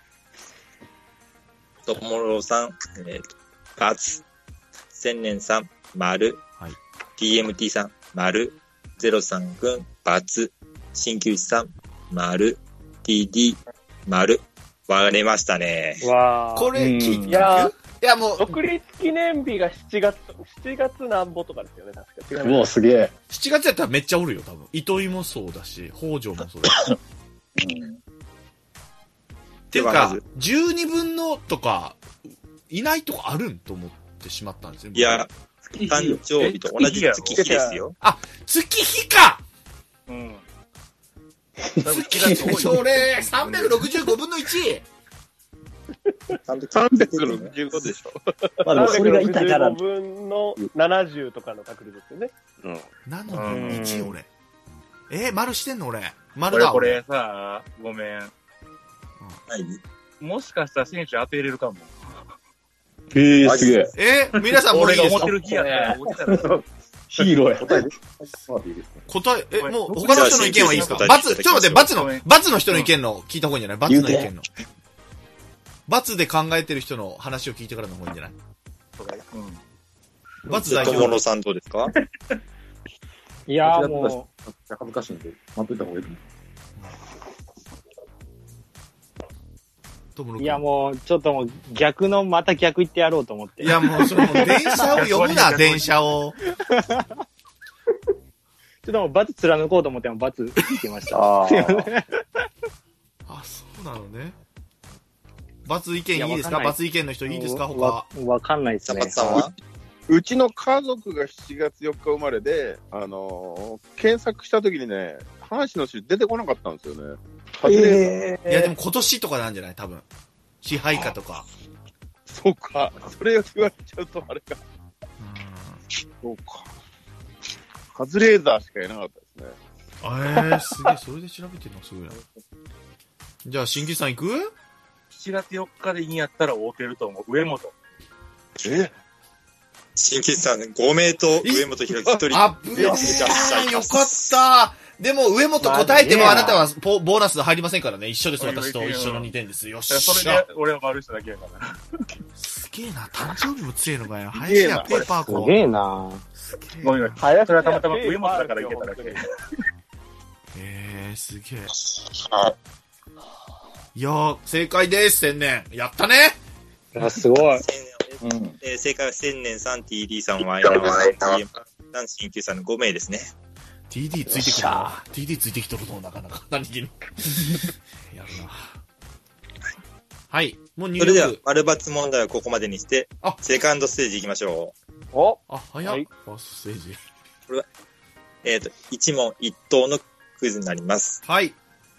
[SPEAKER 2] ともろさん、えっと、バツ。千年さん、丸。
[SPEAKER 1] はい
[SPEAKER 2] TMT さん、丸。ゼロさんくん、バツ。鍼灸師さん、丸。TD、丸。割れましたね。
[SPEAKER 5] わ
[SPEAKER 1] これ聞いて
[SPEAKER 6] いやー
[SPEAKER 1] いやもう
[SPEAKER 6] 独立記念日が7月、7月なんぼとかですよね、確か。違います
[SPEAKER 9] もうすげえ。
[SPEAKER 1] 7月やったらめっちゃおるよ多分糸井もそうだし北条もそうだ しっていう
[SPEAKER 2] では
[SPEAKER 1] か
[SPEAKER 2] まず
[SPEAKER 1] 12分のとかいないとかあるんと思ってしまったんですよ
[SPEAKER 2] いや、
[SPEAKER 3] 月日
[SPEAKER 2] 誕
[SPEAKER 3] よ。
[SPEAKER 2] 生日と同じ月日ですよ。
[SPEAKER 1] 月日か
[SPEAKER 8] うん。
[SPEAKER 1] 月日それ365分の1
[SPEAKER 9] 365でしょ。まあでもそれがいたから
[SPEAKER 6] 365。分の70とかの確率ですよね。
[SPEAKER 9] うん。
[SPEAKER 1] なの分の1俺えー、丸してんの俺丸
[SPEAKER 8] これ
[SPEAKER 1] だ
[SPEAKER 8] これさ、ごめん。
[SPEAKER 2] 何
[SPEAKER 8] もしかしたら選手当てれるかも。
[SPEAKER 9] へえ、すげえ。
[SPEAKER 1] えー皆さんもうい
[SPEAKER 8] 俺
[SPEAKER 1] い
[SPEAKER 8] が
[SPEAKER 1] です
[SPEAKER 8] 思って
[SPEAKER 1] か
[SPEAKER 8] る気やったら落ちたら。
[SPEAKER 9] ヒーローや。
[SPEAKER 3] まあでいいですね。
[SPEAKER 1] 答え、え、
[SPEAKER 8] ごめん
[SPEAKER 1] もう他の人の意見はいいですか
[SPEAKER 2] 僕らは
[SPEAKER 1] 罰、ちょっと待って、罰の、罰の人の意見の聞いた方がいいんじゃない罰の意見の。罰で考えてる人の話を聞いてからの方がいいんじゃない
[SPEAKER 8] うん。
[SPEAKER 1] 罰代
[SPEAKER 2] 友野
[SPEAKER 1] 表。
[SPEAKER 2] さんどうですか
[SPEAKER 5] いやーも
[SPEAKER 3] 恥ずかしいんで、待っといた方がいいと思
[SPEAKER 1] 友野
[SPEAKER 5] う、
[SPEAKER 1] 君
[SPEAKER 5] いやもう、ちょっともう逆の、また逆行ってやろうと思って。
[SPEAKER 1] いや、もう、それもう電車を呼ぶな、
[SPEAKER 8] 逆に
[SPEAKER 1] 電車を。
[SPEAKER 5] ちょっともう罰貫こうと思っても罰つけました。
[SPEAKER 9] ああ。
[SPEAKER 1] あ、そうなのね。罰意見いいです
[SPEAKER 5] いや
[SPEAKER 1] か
[SPEAKER 5] わかんない
[SPEAKER 1] 罰意見の人 いいですか他
[SPEAKER 5] わ。わかんないです
[SPEAKER 2] サ
[SPEAKER 5] ね
[SPEAKER 2] パツ。さんは
[SPEAKER 7] うちの家族が7月4日生まれで、あのー検索した時にね、阪神の種出てこなかったんですよね。初め
[SPEAKER 1] いや、でも今年とかなんじゃない多分。支配下とか。
[SPEAKER 7] そうか、それを言われちゃうとあれか。そうか。カズレーザーしかいなかったですね。
[SPEAKER 1] えー、すげえ、それで調べてるのすごいな。じゃあ、新規さん行く
[SPEAKER 8] 7月4日でいいんやったら合うてると思う。上本。
[SPEAKER 2] 新吉さん5名と上本弘樹1人。
[SPEAKER 1] あぶねえよかったでも、上本答えてもあなたはポボーナス入りませんからね。一緒です、私と一緒の2点です。よっしゃ。
[SPEAKER 8] それで俺は丸しただけやから。
[SPEAKER 1] すげえな、誕生日も強いのかよ。林家ペーパー
[SPEAKER 5] す
[SPEAKER 1] 子
[SPEAKER 5] げ。えな
[SPEAKER 1] すげえ
[SPEAKER 8] ごめんごめん。それはたまたま上本だからいけただけ。
[SPEAKER 1] えー、すげえ。いやー、正解です、千年。やったね
[SPEAKER 5] あ。すごい。
[SPEAKER 9] うん。
[SPEAKER 2] えー正解は千年さん、TD さん、ワイナワさん、TM さん、新旧さんの5名ですね。
[SPEAKER 1] TD ついてきたな。TD ついてきとるの、なかなか。何気に。 やるな。はい。もう入
[SPEAKER 2] それでは
[SPEAKER 1] 力。、
[SPEAKER 2] 丸抜問題はここまでにして
[SPEAKER 1] あ、
[SPEAKER 2] セカンドステージ行きましょ
[SPEAKER 6] お
[SPEAKER 1] あ、早っ。
[SPEAKER 6] はい
[SPEAKER 1] ファーストステージ。
[SPEAKER 2] う。えっ、と、一問一答のクイズになります。
[SPEAKER 1] はい。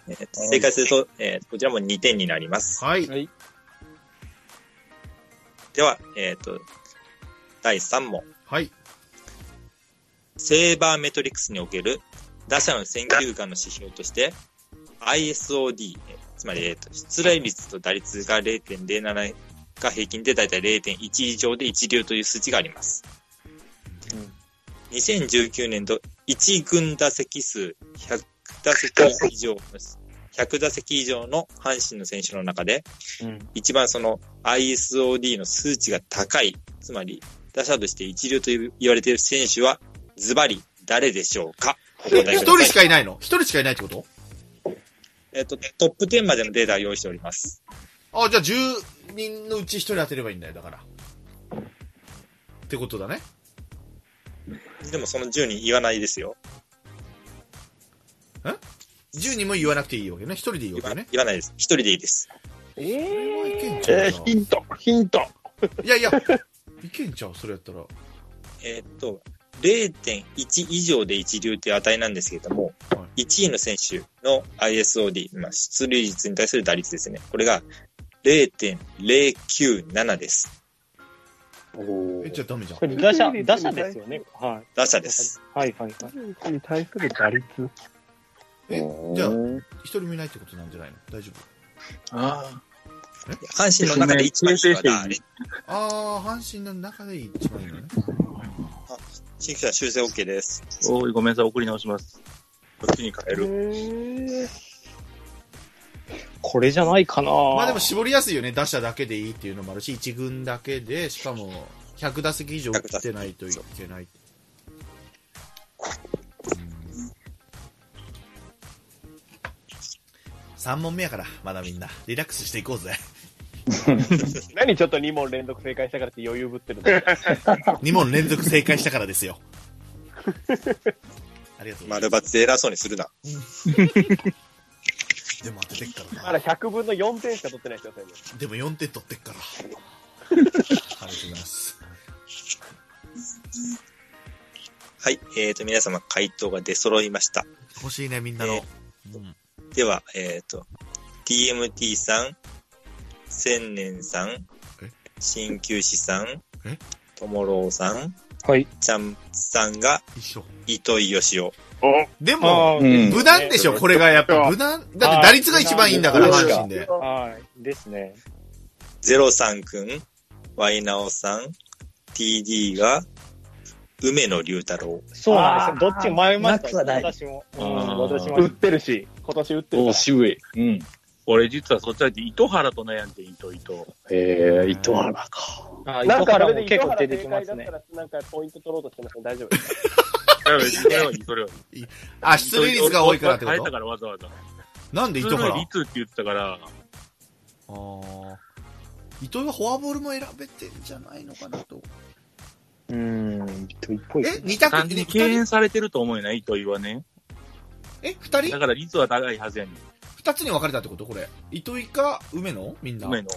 [SPEAKER 2] えーと正解すると、えーこちらも2点になります。
[SPEAKER 1] はい。
[SPEAKER 2] では、えっ、と、第3問。
[SPEAKER 1] はい。
[SPEAKER 2] セーバーメトリックスにおける打者の選球眼の指標として ISOD、つまり、えっと出塁率と打率が0.07が平均でだいたい0.1以上で一流という数値があります。2019年度1軍打席数100打席以上の、100打席以上の阪神の選手の中で、一番その ISOD の数値が高い、つまり打者として一流と言われている選手は、ズバリ誰でしょうかお答えくださ
[SPEAKER 1] 一人しかいないの一人しかいないってこと
[SPEAKER 2] えっと、トップ10までのデータを用意しております。
[SPEAKER 1] あ、じゃあ10人のうち1人当てればいいんだよ、だから。ってことだね。
[SPEAKER 2] でもその10人言わないですよ。
[SPEAKER 1] 10人も言わなくていいわけね。1人でいいわけね。
[SPEAKER 2] 言わないです。一人でいいです。
[SPEAKER 1] えー、
[SPEAKER 2] えーヒント、ヒント。
[SPEAKER 1] いやいや、いけんちゃう、それやったら。
[SPEAKER 2] えーっと、0.1以上で一流という値なんですけれども、1位の選手の ISOD、まあ、出塁率に対する打率ですね。これが0.097です。
[SPEAKER 1] え、じゃあダメじゃん。
[SPEAKER 5] これ 打者、打者ですよね。はい。
[SPEAKER 2] 打者です。
[SPEAKER 5] はいはいはい。に対する打率。
[SPEAKER 1] え、じゃあ、1人もいないってことなんじゃないの大丈夫。
[SPEAKER 2] ああ。阪神の中で一番いいのは誰
[SPEAKER 1] あー、阪神の中で一番いいのね。
[SPEAKER 2] 新規さん修正 OK です。
[SPEAKER 8] おい、ごめんなさい、送り直します。こっちに変える。
[SPEAKER 5] これじゃないかな
[SPEAKER 1] まあでも絞りやすいよね。打者だけでいいっていうのもあるし、1軍だけで、しかも100打席以上打ってないといけない。3問目やから、まだみんな。リラックスしていこうぜ。
[SPEAKER 6] 何ちょっと2問連続正解したからって余裕ぶってるん だ
[SPEAKER 1] 2問連続正解したからですよ。ありがとう
[SPEAKER 2] 丸抜で偉そうにするな。
[SPEAKER 1] でも当ててっからな。
[SPEAKER 6] まだ100分の4点しか取ってないですよ、全部。
[SPEAKER 1] でも4点取ってっから。ありがとうございます。
[SPEAKER 2] はい。えーっと、皆様回答が出揃いました。
[SPEAKER 1] 欲しいね、みんなの。
[SPEAKER 2] では、えっ、と、TMT さん、千年さん、鍼灸師さん
[SPEAKER 1] え、
[SPEAKER 2] ともろうさん、
[SPEAKER 5] はい。
[SPEAKER 2] ちゃんさんが、
[SPEAKER 1] 一緒。
[SPEAKER 2] 糸井よしお。
[SPEAKER 1] でも、
[SPEAKER 2] うん
[SPEAKER 1] 無難でしょ、これがやっぱ。無難。だって打率が一番いいんだから、
[SPEAKER 2] はい
[SPEAKER 1] 阪神で。
[SPEAKER 5] はい。ですね。
[SPEAKER 2] ゼロさんくん、ワイナオさん、TD が、梅野龍太郎。
[SPEAKER 5] そうなんですよ。どっちも迷いました。
[SPEAKER 8] なくはない
[SPEAKER 5] 私も。うん、
[SPEAKER 8] あー
[SPEAKER 5] 私も。
[SPEAKER 8] 打って
[SPEAKER 6] るし、今年打って
[SPEAKER 8] るから
[SPEAKER 9] 渋い。うん。
[SPEAKER 8] 俺実はそっちだって糸原と悩んで、糸糸。
[SPEAKER 9] えー、糸原か。
[SPEAKER 5] あ
[SPEAKER 8] 糸原も
[SPEAKER 5] 結構出てきますね。
[SPEAKER 6] なんかポイント取ろうとしてません、大丈夫ですか。
[SPEAKER 8] それはいい、それはい
[SPEAKER 1] い。あ出塁率が多いからってこと
[SPEAKER 8] 変えたからわざわざ。
[SPEAKER 1] なんで糸原
[SPEAKER 8] 出塁率って言ってたから、
[SPEAKER 1] あー糸井はフォアボールも選べてんじゃないのかなと。
[SPEAKER 5] うん、糸井っぽ
[SPEAKER 1] い。え、二択
[SPEAKER 8] 単に敬遠されてると思うよね、糸井はね。
[SPEAKER 1] え、二人
[SPEAKER 8] だから率は高いはずやねん。
[SPEAKER 1] 二つに分かれたってことこれ。糸井か梅野みんな。
[SPEAKER 8] 梅野。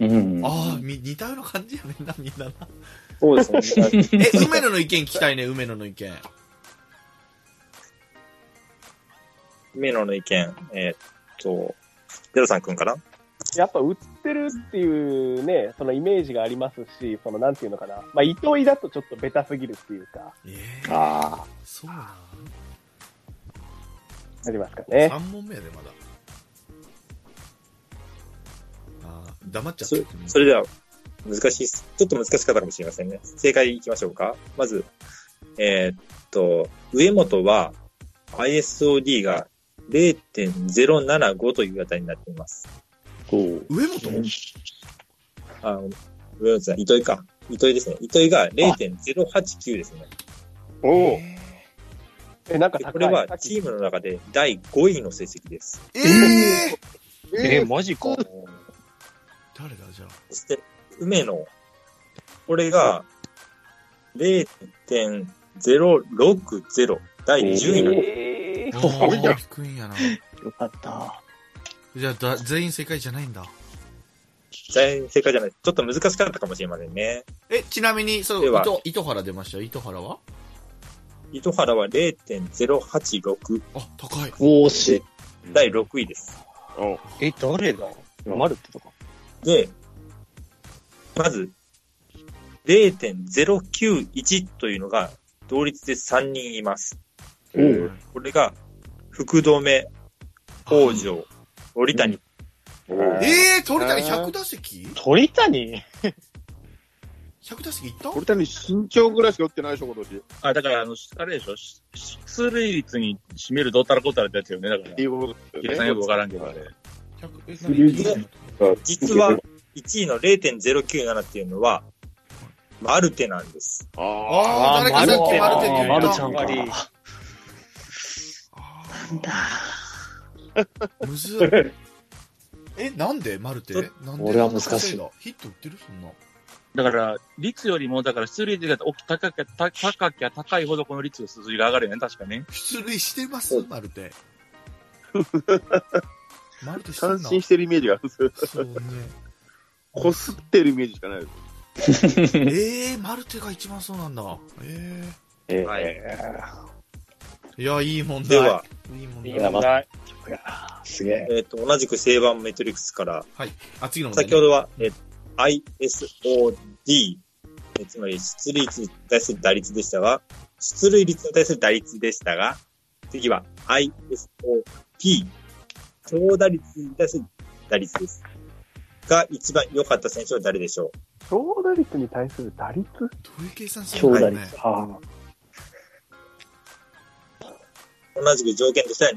[SPEAKER 9] うん。
[SPEAKER 1] ああ、み似たような感じやねんな、みんなな。
[SPEAKER 9] そうですね
[SPEAKER 1] え、梅野の意見聞きたいね、梅野の意見。
[SPEAKER 2] 梅野の意見、えーっと、ゼロさんくんかな
[SPEAKER 6] やっぱ打ってるっていうね、そのイメージがありますし、そのなんていうのかな。まあ、糸井だとちょっとベタすぎるっていうか。
[SPEAKER 9] ああ。
[SPEAKER 1] そうな
[SPEAKER 6] ありますかね。
[SPEAKER 1] 3問目やで、まだ。黙っちゃ
[SPEAKER 2] った。そそれでは、難しいっす、ちょっと難しかったかもしれませんね。正解いきましょうか。まず、えーっと、上本は ISOD が0.075という値になっています。
[SPEAKER 1] 上本
[SPEAKER 2] あ、上本さん、糸井か。糸井ですね。糸井が0.089ですね。
[SPEAKER 6] おお。え、なんか
[SPEAKER 2] これはチームの中で第5位の成績です。
[SPEAKER 5] えー、マジか。
[SPEAKER 1] 誰だ、じゃあ。
[SPEAKER 2] そして、梅野。これが、0.060。第10位なん
[SPEAKER 1] え
[SPEAKER 2] です。
[SPEAKER 1] 低いんやな。よかった。じゃあ、だ全員正解じゃないんだ。
[SPEAKER 2] 全員正解じゃない。ちょっと難しかったかもしれませんね。
[SPEAKER 1] え、ちなみに、そう、
[SPEAKER 2] では
[SPEAKER 1] 糸、糸原出ましたよ糸原は
[SPEAKER 2] 糸原は0.086。
[SPEAKER 1] あ、高い。
[SPEAKER 2] おーし。第6位です。
[SPEAKER 5] え、誰だ丸ってとか。
[SPEAKER 2] で、まず、0.091というのが、同率で3人います。これが、福留、北条、鳥谷。
[SPEAKER 1] えー、鳥谷100打席
[SPEAKER 5] 鳥谷
[SPEAKER 1] ?100 打席いった
[SPEAKER 7] 鳥谷身長ぐらいしか打ってないでしょ、今年。
[SPEAKER 8] あ、だから、あの、あれでしょ、し出塁率に占めるどうたらこうたらってやつよね、だから。
[SPEAKER 7] いうこと
[SPEAKER 8] 平井さんよくわからんけど、あれ。
[SPEAKER 1] 100え何
[SPEAKER 2] 実は、1位の0.097っていうのは、マルテなんです。
[SPEAKER 1] あー、誰かさっきマルテって言
[SPEAKER 5] マ
[SPEAKER 1] っ
[SPEAKER 5] ル
[SPEAKER 1] た
[SPEAKER 5] ちゃんか。あ
[SPEAKER 1] むずい。え、なんでマルテなんで
[SPEAKER 9] 俺は難しい
[SPEAKER 1] だヒット打ってるそんな。
[SPEAKER 8] だから、率よりも、だから出塁率が大き高きゃた高きゃ高いほどこの率の数字が上がるよね、確かね。
[SPEAKER 1] 出塁してますマルテ。マルテして
[SPEAKER 7] 三
[SPEAKER 1] んな。
[SPEAKER 7] 振してるイメージがあるんですよ。
[SPEAKER 1] そうね。
[SPEAKER 7] こすってるイメージしかないです。
[SPEAKER 1] えー、マルテが一番そうなんだ。え
[SPEAKER 9] え
[SPEAKER 2] はい
[SPEAKER 9] え
[SPEAKER 1] ー。いや、いい問題。
[SPEAKER 2] では、
[SPEAKER 1] いい問
[SPEAKER 5] い
[SPEAKER 1] 題。
[SPEAKER 5] い問題。
[SPEAKER 9] すげえ。
[SPEAKER 2] えっ、と、同じくセーバーメトリックスから、
[SPEAKER 1] あ、次の問題、
[SPEAKER 2] 先ほどは、えー ISOD、えーつまり出塁率に対する打率でしたが、出塁率に対する打率でしたが、次は ISOP、長打率に対する打率です。が一番良かった選手は誰でしょ
[SPEAKER 6] 長打率に対する打率
[SPEAKER 1] どういう計算する
[SPEAKER 9] 長
[SPEAKER 1] んだろう
[SPEAKER 9] 打
[SPEAKER 1] ね
[SPEAKER 9] 率。。は
[SPEAKER 2] う同じく条件としては2019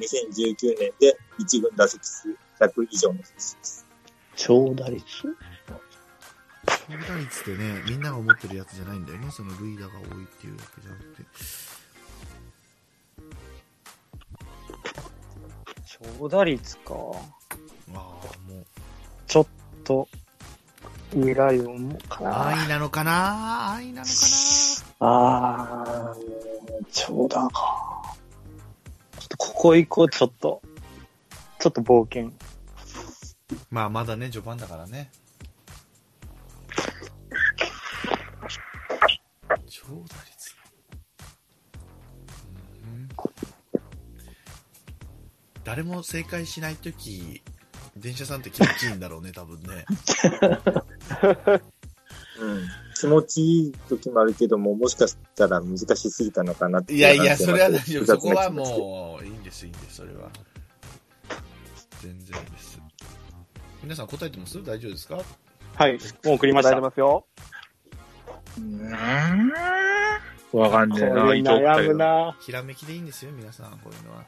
[SPEAKER 2] 年で1軍打席数100以上の選手です。
[SPEAKER 9] あ。長打率
[SPEAKER 1] 長打率ってね、みんなが思ってるやつじゃないんだよね。その塁打が多いっていうわけじゃなくて。
[SPEAKER 5] 長打率か。
[SPEAKER 1] ああ、もう。
[SPEAKER 5] ちょっと、未来を思うかな。
[SPEAKER 1] 愛なのかな愛なのかな
[SPEAKER 5] ああ、長打か。ちょっとここ行こう、ちょっと。ちょっと冒険。
[SPEAKER 1] まあ、まだね、序盤だからね。長打率。うん誰も正解しないとき、電車さんって気持ちいいんだろうね、多分ね。
[SPEAKER 2] うん。気持ちいい時もあるけども、もしかしたら難しすぎたのかなって
[SPEAKER 1] いうやいや、
[SPEAKER 2] 反省
[SPEAKER 1] そ
[SPEAKER 2] もあ
[SPEAKER 1] れは
[SPEAKER 2] って
[SPEAKER 1] 大丈夫。そこはもう、いいんです、いいんです、それは。全然です。皆さん答えてます大丈夫ですか
[SPEAKER 6] はい。
[SPEAKER 5] もう送りまし
[SPEAKER 6] 答え
[SPEAKER 5] た
[SPEAKER 6] て。ますよ。
[SPEAKER 8] わかんねえな、
[SPEAKER 5] これ悩む
[SPEAKER 8] 伊藤二
[SPEAKER 5] な。
[SPEAKER 1] ひらめきでいいんですよ、皆さん、こういうのは。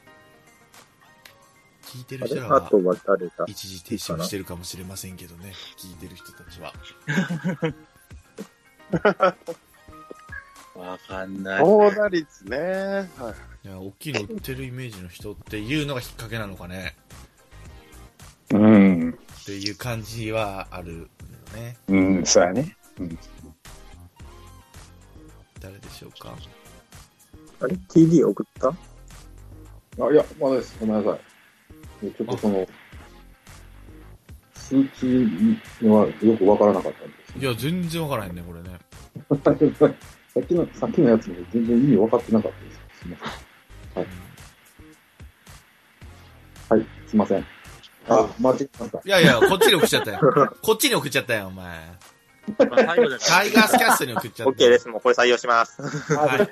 [SPEAKER 1] 聞いてる
[SPEAKER 2] あれ
[SPEAKER 1] 人ら
[SPEAKER 2] あ
[SPEAKER 1] は、
[SPEAKER 2] とは誰だ
[SPEAKER 1] 一時停止をしてるかもしれませんけどね、聞いてる人たちは。
[SPEAKER 8] 人わかんない。
[SPEAKER 7] 長打率ね。はい
[SPEAKER 1] や、大きいの売ってるイメージの人っていうのが引っ掛けなのかね、
[SPEAKER 9] うん。
[SPEAKER 1] っていう感じはあるよね。
[SPEAKER 9] うん、そうやね。
[SPEAKER 1] 誰でしょうか。
[SPEAKER 2] あれ ?TD 送った
[SPEAKER 3] あ、いや、まだです。ごめんなさい。ちょっとその、数値はよくわからなかったんです
[SPEAKER 1] いや、全然わからへんね、これね。
[SPEAKER 3] さっきの、さっきのやつも全然意味分かってなかったです。すいません。はい。はい、すいません。あ、間違えました。
[SPEAKER 1] いやいや、こっちに送っちゃった よ。こっちに送っちゃったよ、お前。
[SPEAKER 8] まあ最後だから
[SPEAKER 1] タイガースキャストに送っちゃった。
[SPEAKER 2] OK です。もうこれ採用します。
[SPEAKER 1] は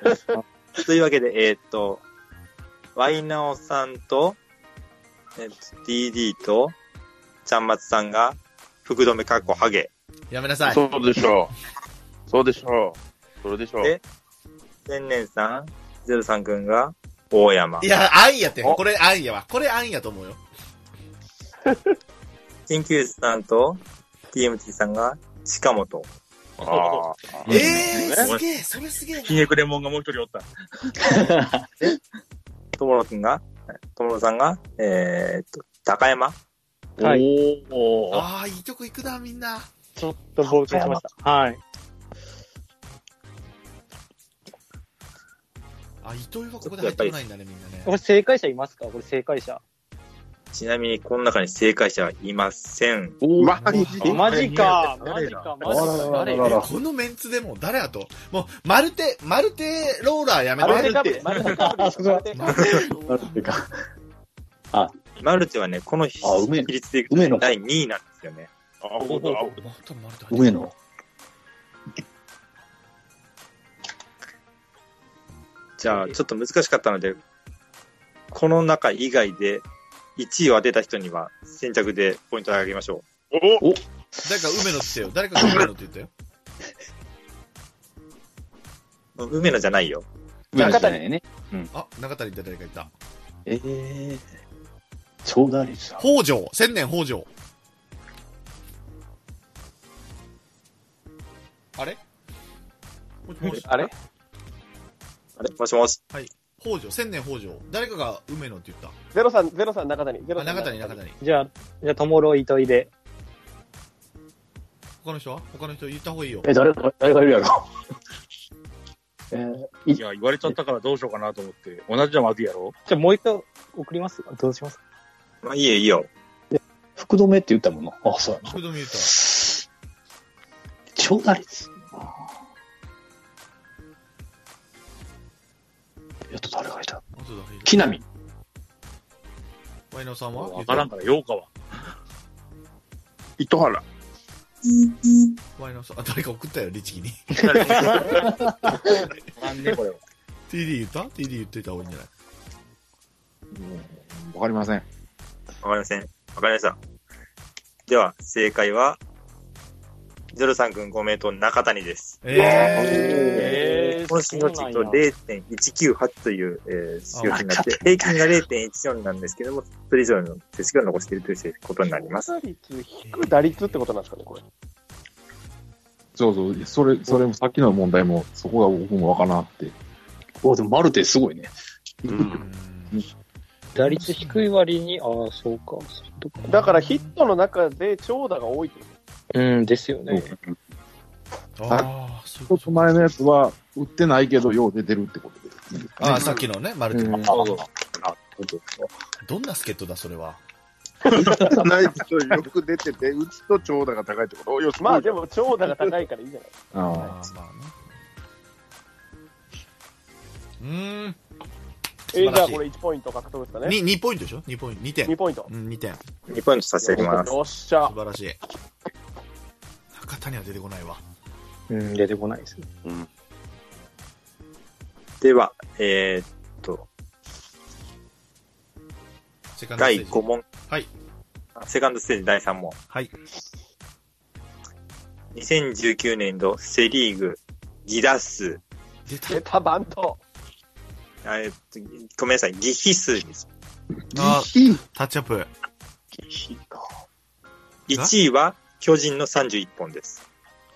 [SPEAKER 1] い。
[SPEAKER 2] というわけで、えーっと、ワイナオさんと、えーっと、DD と、ちゃんまつさんが、福留かっこハゲ。
[SPEAKER 1] やめなさい。
[SPEAKER 7] そうでしょう。そうでしょう。それでしょう。
[SPEAKER 2] え千年さん、ゼロさんくんが、大山
[SPEAKER 1] い。や、あんやって。これあんやわ。これあんやと思うよ。
[SPEAKER 2] 新旧さんと、TMT さんが、近本。
[SPEAKER 7] あ
[SPEAKER 1] ええー、すげえ、それすげえな
[SPEAKER 8] ひ。ねくれもんがもう一人おった。
[SPEAKER 2] ともろくんが、ともろさんが、えーっと、高山。
[SPEAKER 5] はい。
[SPEAKER 8] おー。
[SPEAKER 1] ああ、いいとこ行くな、みんな。
[SPEAKER 5] ちょっと冒険しました。はい。
[SPEAKER 1] あ、糸井はここで入ってこないんだね、みんなね。
[SPEAKER 5] これ正解者いますかこれ正解者。
[SPEAKER 2] ちなみに、この中に正解者はいません。
[SPEAKER 7] あ。マジ
[SPEAKER 8] え
[SPEAKER 5] マジか。マ
[SPEAKER 8] 誰
[SPEAKER 5] ジ
[SPEAKER 8] だ
[SPEAKER 5] か。
[SPEAKER 3] あ
[SPEAKER 5] マジ
[SPEAKER 3] ら
[SPEAKER 5] か。
[SPEAKER 3] らららら
[SPEAKER 1] え
[SPEAKER 3] ら。
[SPEAKER 1] このメンツでもう誰やともう、マルテ、マルテローラーやめ
[SPEAKER 6] マル
[SPEAKER 1] て
[SPEAKER 6] テ。カブリ、マルテカブリ、マルテ
[SPEAKER 1] マルテ
[SPEAKER 9] なんていうか、
[SPEAKER 2] マルテはね、この比
[SPEAKER 9] あ梅
[SPEAKER 2] 比率でいく
[SPEAKER 9] 梅の
[SPEAKER 2] と第2位なんですよね。
[SPEAKER 7] あ、ほんとだ。
[SPEAKER 1] またマルテ入って
[SPEAKER 9] 上野。
[SPEAKER 2] じゃあ、ちょっと難しかったので、この中以外で、 1位を当てた人には先着でポイントをあげましょ
[SPEAKER 7] おお
[SPEAKER 1] 誰か梅野って言ってよ。誰かが梅野って言ったよ。
[SPEAKER 2] う。梅野じゃないよ。
[SPEAKER 9] 中谷ね。
[SPEAKER 1] あ、中谷って誰か言った。
[SPEAKER 9] ええー。長打率だ。
[SPEAKER 1] 北条、千年北条。あれもしもし
[SPEAKER 6] あれ
[SPEAKER 2] あれもしもし。
[SPEAKER 1] 北条、千年北条。誰かが梅野って言っ
[SPEAKER 6] ゼロさん、ゼロさん中谷。ゼ
[SPEAKER 1] た。
[SPEAKER 6] ロ
[SPEAKER 1] あ、中谷、中谷。
[SPEAKER 5] じゃあ、じゃあ、ともろ糸井で。
[SPEAKER 1] 他の人は他の人言った方がいいよ。
[SPEAKER 9] え、誰か、誰かいるやろ。 えー、い
[SPEAKER 8] いや、言われちゃったからどうしようかなと思って。同じじゃまずいやろ
[SPEAKER 5] じゃあ、もう一回送りますどうします
[SPEAKER 2] まあ、いいよ、いいよ。
[SPEAKER 9] 福留って言ったもの。あ、そうやな。
[SPEAKER 1] 福留言った。
[SPEAKER 9] 長打率。えっと、誰がいた
[SPEAKER 1] あと誰
[SPEAKER 9] 木浪。
[SPEAKER 1] ワイナオさんは
[SPEAKER 8] わからんから、ようかは。
[SPEAKER 7] 糸原。
[SPEAKER 1] ワイナオさん、あ、誰か送ったよ、律儀に。
[SPEAKER 8] あんね、これは。
[SPEAKER 1] TD 言った ?TD 言ってた方がいいんじゃない
[SPEAKER 7] わかりません。
[SPEAKER 2] わかりません。わかりました。では、正解は、ゼロさんくんご名答中谷です。
[SPEAKER 1] え
[SPEAKER 2] この信用値と0.198という、えー、信用値になって、平均が0.14なんですけども、それ以上の成績を残しているということになります。
[SPEAKER 6] 長打率、低い打率ってことなんですかね、これ。
[SPEAKER 3] そうそう、それ、それもさっきの問題も、そこが僕もわからなくて。
[SPEAKER 9] お、でもマルテすごいね。
[SPEAKER 1] ー。うん
[SPEAKER 5] 打率低い割に、ああ、そうか。そういうこと
[SPEAKER 6] だからヒットの中で長打が多いってこ
[SPEAKER 5] うん、ですよね。
[SPEAKER 1] ああ、そう
[SPEAKER 3] ち
[SPEAKER 1] いう
[SPEAKER 3] ょ
[SPEAKER 1] こ
[SPEAKER 3] っと
[SPEAKER 1] と。
[SPEAKER 3] 前のやつは、売ってないけど、よう出てるってことですね。
[SPEAKER 1] ああ、さっきのね、マルテ。
[SPEAKER 5] うん
[SPEAKER 8] そうそう。
[SPEAKER 1] どんな助っ人だ、それは。
[SPEAKER 7] ない人よく出てて、うちと長打が高いってこと。およし、
[SPEAKER 6] と。まあで
[SPEAKER 7] も。
[SPEAKER 6] も長打が高いからいいじゃない
[SPEAKER 3] あ
[SPEAKER 1] ああ、まあね。うーん。
[SPEAKER 6] えー、じゃあ
[SPEAKER 1] 素晴らしい
[SPEAKER 6] これ1ポイント獲得ですかね。
[SPEAKER 1] に2ポイントでしょ ?2 ポイント。2点
[SPEAKER 6] 2。ポイント。
[SPEAKER 1] うん、2点。
[SPEAKER 2] 2ポイント差し上げます。
[SPEAKER 6] よっしゃ
[SPEAKER 1] 素。晴らしい。中谷は出てこないわ。
[SPEAKER 5] うん、出てこないですね。
[SPEAKER 2] では、えー、っと、
[SPEAKER 1] セカンドステー
[SPEAKER 2] 第
[SPEAKER 1] ジ
[SPEAKER 2] 5問。
[SPEAKER 1] はい。
[SPEAKER 2] あセカンドステージ第3問。
[SPEAKER 1] はい。
[SPEAKER 2] 2019年度セリーグ、ギダ数、
[SPEAKER 1] 出た。
[SPEAKER 6] 出たバント。
[SPEAKER 2] あえーっと、ごめんなさい、ギヒ数です。
[SPEAKER 1] あタッチアップ。
[SPEAKER 2] 1位は巨人の31本です。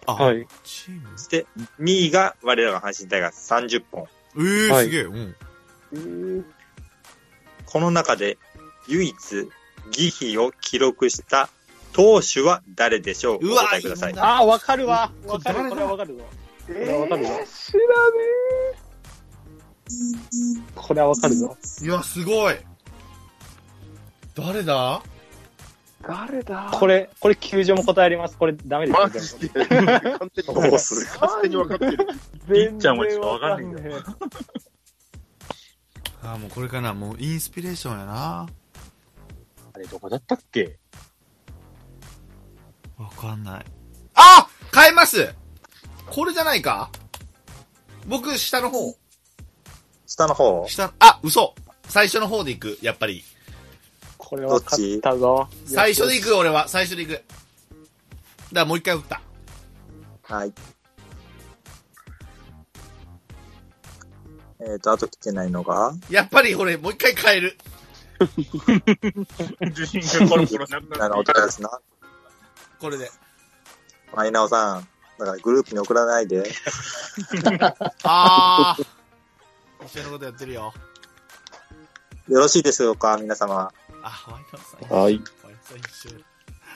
[SPEAKER 1] あ、
[SPEAKER 5] はい。
[SPEAKER 1] チーム。
[SPEAKER 2] そして、2位が我らが阪神タイガース30本。
[SPEAKER 1] ええ
[SPEAKER 5] はい
[SPEAKER 1] すげえ。うん。
[SPEAKER 2] この中で唯一、ギヒを記録した投手は誰でしょう
[SPEAKER 1] う
[SPEAKER 2] お
[SPEAKER 1] わ
[SPEAKER 2] 答えください。
[SPEAKER 5] ああ、わかるわ。
[SPEAKER 1] わ
[SPEAKER 5] わ
[SPEAKER 1] か
[SPEAKER 5] か
[SPEAKER 1] る
[SPEAKER 5] る、
[SPEAKER 1] こ
[SPEAKER 5] こ
[SPEAKER 1] れ
[SPEAKER 5] れ
[SPEAKER 1] は
[SPEAKER 5] わかるわ。
[SPEAKER 6] え
[SPEAKER 5] ーわかるわ
[SPEAKER 6] 知らね
[SPEAKER 5] これはわかるぞ。
[SPEAKER 1] いや、すごい。誰だ
[SPEAKER 6] 誰だ
[SPEAKER 5] こ
[SPEAKER 6] れ、
[SPEAKER 5] れ、これ、球場も答えあります。これ、ダメです
[SPEAKER 7] マ
[SPEAKER 5] よ。
[SPEAKER 7] ジで。完全に
[SPEAKER 2] おす
[SPEAKER 7] 勝手に分かってる。
[SPEAKER 8] いっちゃんもちょっとわかんないい
[SPEAKER 6] んだよ。
[SPEAKER 1] ああ、もうこれかな。もうインスピレーションやな。
[SPEAKER 8] あれ、どこだったっけ
[SPEAKER 1] わかんない。あ変えますこれじゃないか僕、下の方。
[SPEAKER 2] 下の方、
[SPEAKER 1] 下、あ、嘘。最初の方で行く、やっぱり。
[SPEAKER 5] これわかったぞ。
[SPEAKER 1] 最初で行く、俺は。最初で行く。だからもう一回打った。
[SPEAKER 2] はい。えーっと、あと来てないのが、
[SPEAKER 1] やっぱり俺、もう一回変える。
[SPEAKER 8] 受信がコロコロなくな
[SPEAKER 2] あの、お
[SPEAKER 8] る。
[SPEAKER 2] 互いですな。
[SPEAKER 1] これで。
[SPEAKER 2] マイナオさん、だからグループに送らないで。
[SPEAKER 1] あー。一緒のことやってるよ。
[SPEAKER 2] よろしいでしょうか、皆様。
[SPEAKER 1] あ、ワイナさん一緒。
[SPEAKER 9] は
[SPEAKER 1] ワ
[SPEAKER 9] い。
[SPEAKER 1] イナさん一緒。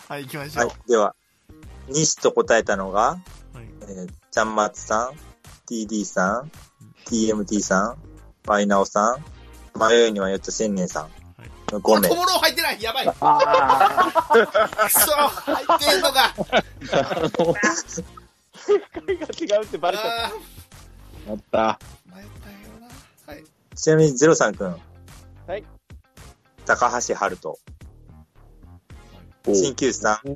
[SPEAKER 1] はい、行きましょ
[SPEAKER 2] は
[SPEAKER 1] う。
[SPEAKER 2] い。では、西と答えたのが、
[SPEAKER 1] はい
[SPEAKER 2] えー、ちゃんまつさん、TD さん、TMT さん、マイナオさん、迷いに迷った千年さん。
[SPEAKER 1] はい
[SPEAKER 2] の
[SPEAKER 1] こ
[SPEAKER 2] 5
[SPEAKER 1] れ、小
[SPEAKER 2] 名。
[SPEAKER 1] 諸入ってないやばいく
[SPEAKER 5] あ
[SPEAKER 1] そ入ってんのか
[SPEAKER 6] これが違うってバレちゃっ
[SPEAKER 1] あ
[SPEAKER 9] や
[SPEAKER 1] ー、迷
[SPEAKER 9] った。
[SPEAKER 1] ったよな。はい。
[SPEAKER 2] ちなみに、ゼロさんくん。
[SPEAKER 6] はい。
[SPEAKER 2] 高橋春人。新旧さん、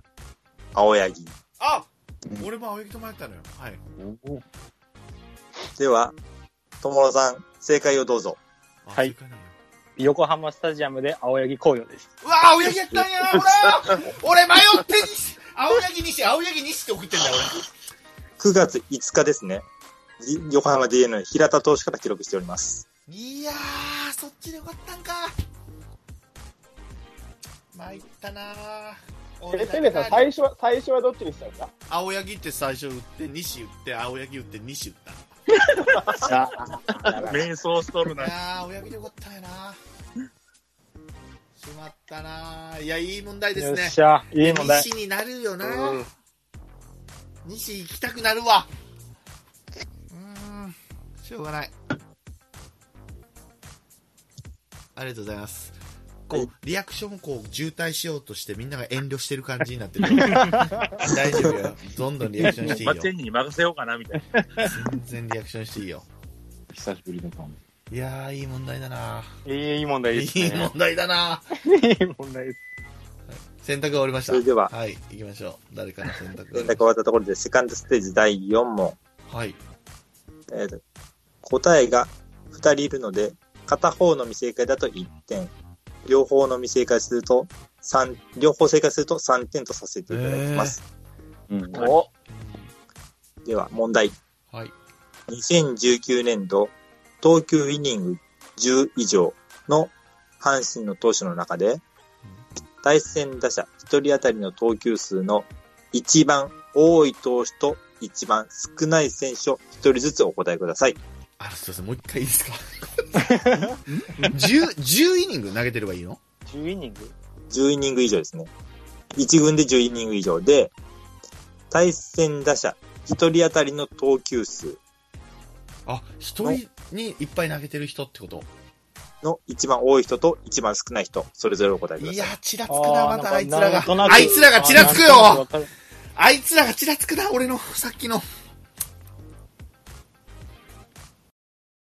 [SPEAKER 2] 青柳。
[SPEAKER 1] あ俺も青柳と迷ったのよ。はい。
[SPEAKER 2] では、ともろさん、正解をどうぞ。
[SPEAKER 1] あ
[SPEAKER 5] はい
[SPEAKER 1] 正解なのよ
[SPEAKER 5] 横浜スタジアムで青柳紅葉です。
[SPEAKER 1] うわ、青柳やったんやほら俺迷ってにし、青柳にし、青柳にしって送ってんだよ、
[SPEAKER 2] 9月5日ですね。じ横浜 DNA 平田投手から記録しております。
[SPEAKER 1] 俺。いやー、そっちでよかったんか。参ったなー。
[SPEAKER 6] え、ペメさん、最初は、最初はどっちにしたんですか
[SPEAKER 1] 青柳って最初打って、西打って、青柳打って、西打った。
[SPEAKER 8] 瞑想しとるな。
[SPEAKER 1] いやー、親指でよかったよな。しまったな。いや、いい問題で
[SPEAKER 5] よ
[SPEAKER 1] す
[SPEAKER 5] っ
[SPEAKER 1] ね。
[SPEAKER 5] しゃ、いい問題。
[SPEAKER 1] 西になるよな。西行きたくなるわ。うーん、しょうがない。ありがとうございます。こう、リアクションをこう、渋滞しようとして、みんなが遠慮してる感じになって る。大丈夫よ。どんどんリアクションしていい
[SPEAKER 8] マ
[SPEAKER 1] よ
[SPEAKER 8] ッ。チェンジに任せようかな、みたいな。
[SPEAKER 1] 全然リアクションしていいよ。
[SPEAKER 3] 久しぶりの感じ。
[SPEAKER 1] いやー、いい問題だな。
[SPEAKER 5] い いいい問題
[SPEAKER 1] い
[SPEAKER 5] です、ね。
[SPEAKER 1] い問題だな。
[SPEAKER 5] いい 問題です。
[SPEAKER 1] 選択が終わりました。
[SPEAKER 2] それでは
[SPEAKER 1] はい、行きましょう。誰かの選択が
[SPEAKER 2] 連絡終わったところで、セカンドステージ第4問。
[SPEAKER 1] はい。
[SPEAKER 2] えーと答えが2人いるので、片方の未正解だと1点、両方の未正解すると3、両方正解すると3点とさせていただきます。
[SPEAKER 6] お
[SPEAKER 2] では、問題。
[SPEAKER 1] はい。
[SPEAKER 2] 2019年度、投球イニング10以上の阪神の投手の中で、対戦打者1人当たりの投球数の一番多い投手と一番少ない選手を1人ずつお答えください。
[SPEAKER 1] あ、すいません、もう一回いいですか 10, ?10 イニング投げてればいいの
[SPEAKER 5] 10イニング
[SPEAKER 2] 10イニング以上ですね。1軍で10イニング以上で、対戦打者1人当たりの投球数
[SPEAKER 1] あ、一人にいっぱい投げてる人ってこと
[SPEAKER 2] の一番多い人と一番少ない人、それぞれお答えくだ
[SPEAKER 1] い
[SPEAKER 2] さ
[SPEAKER 1] や
[SPEAKER 2] い。、
[SPEAKER 1] ちらつくな、ま
[SPEAKER 5] ー
[SPEAKER 1] たあいつら
[SPEAKER 5] なんかなんとな
[SPEAKER 1] が。
[SPEAKER 5] く
[SPEAKER 1] あいつらがちらつく
[SPEAKER 5] あーなん
[SPEAKER 1] よ
[SPEAKER 5] となくわかる
[SPEAKER 1] あいつらがちらつくな、俺のさっきの。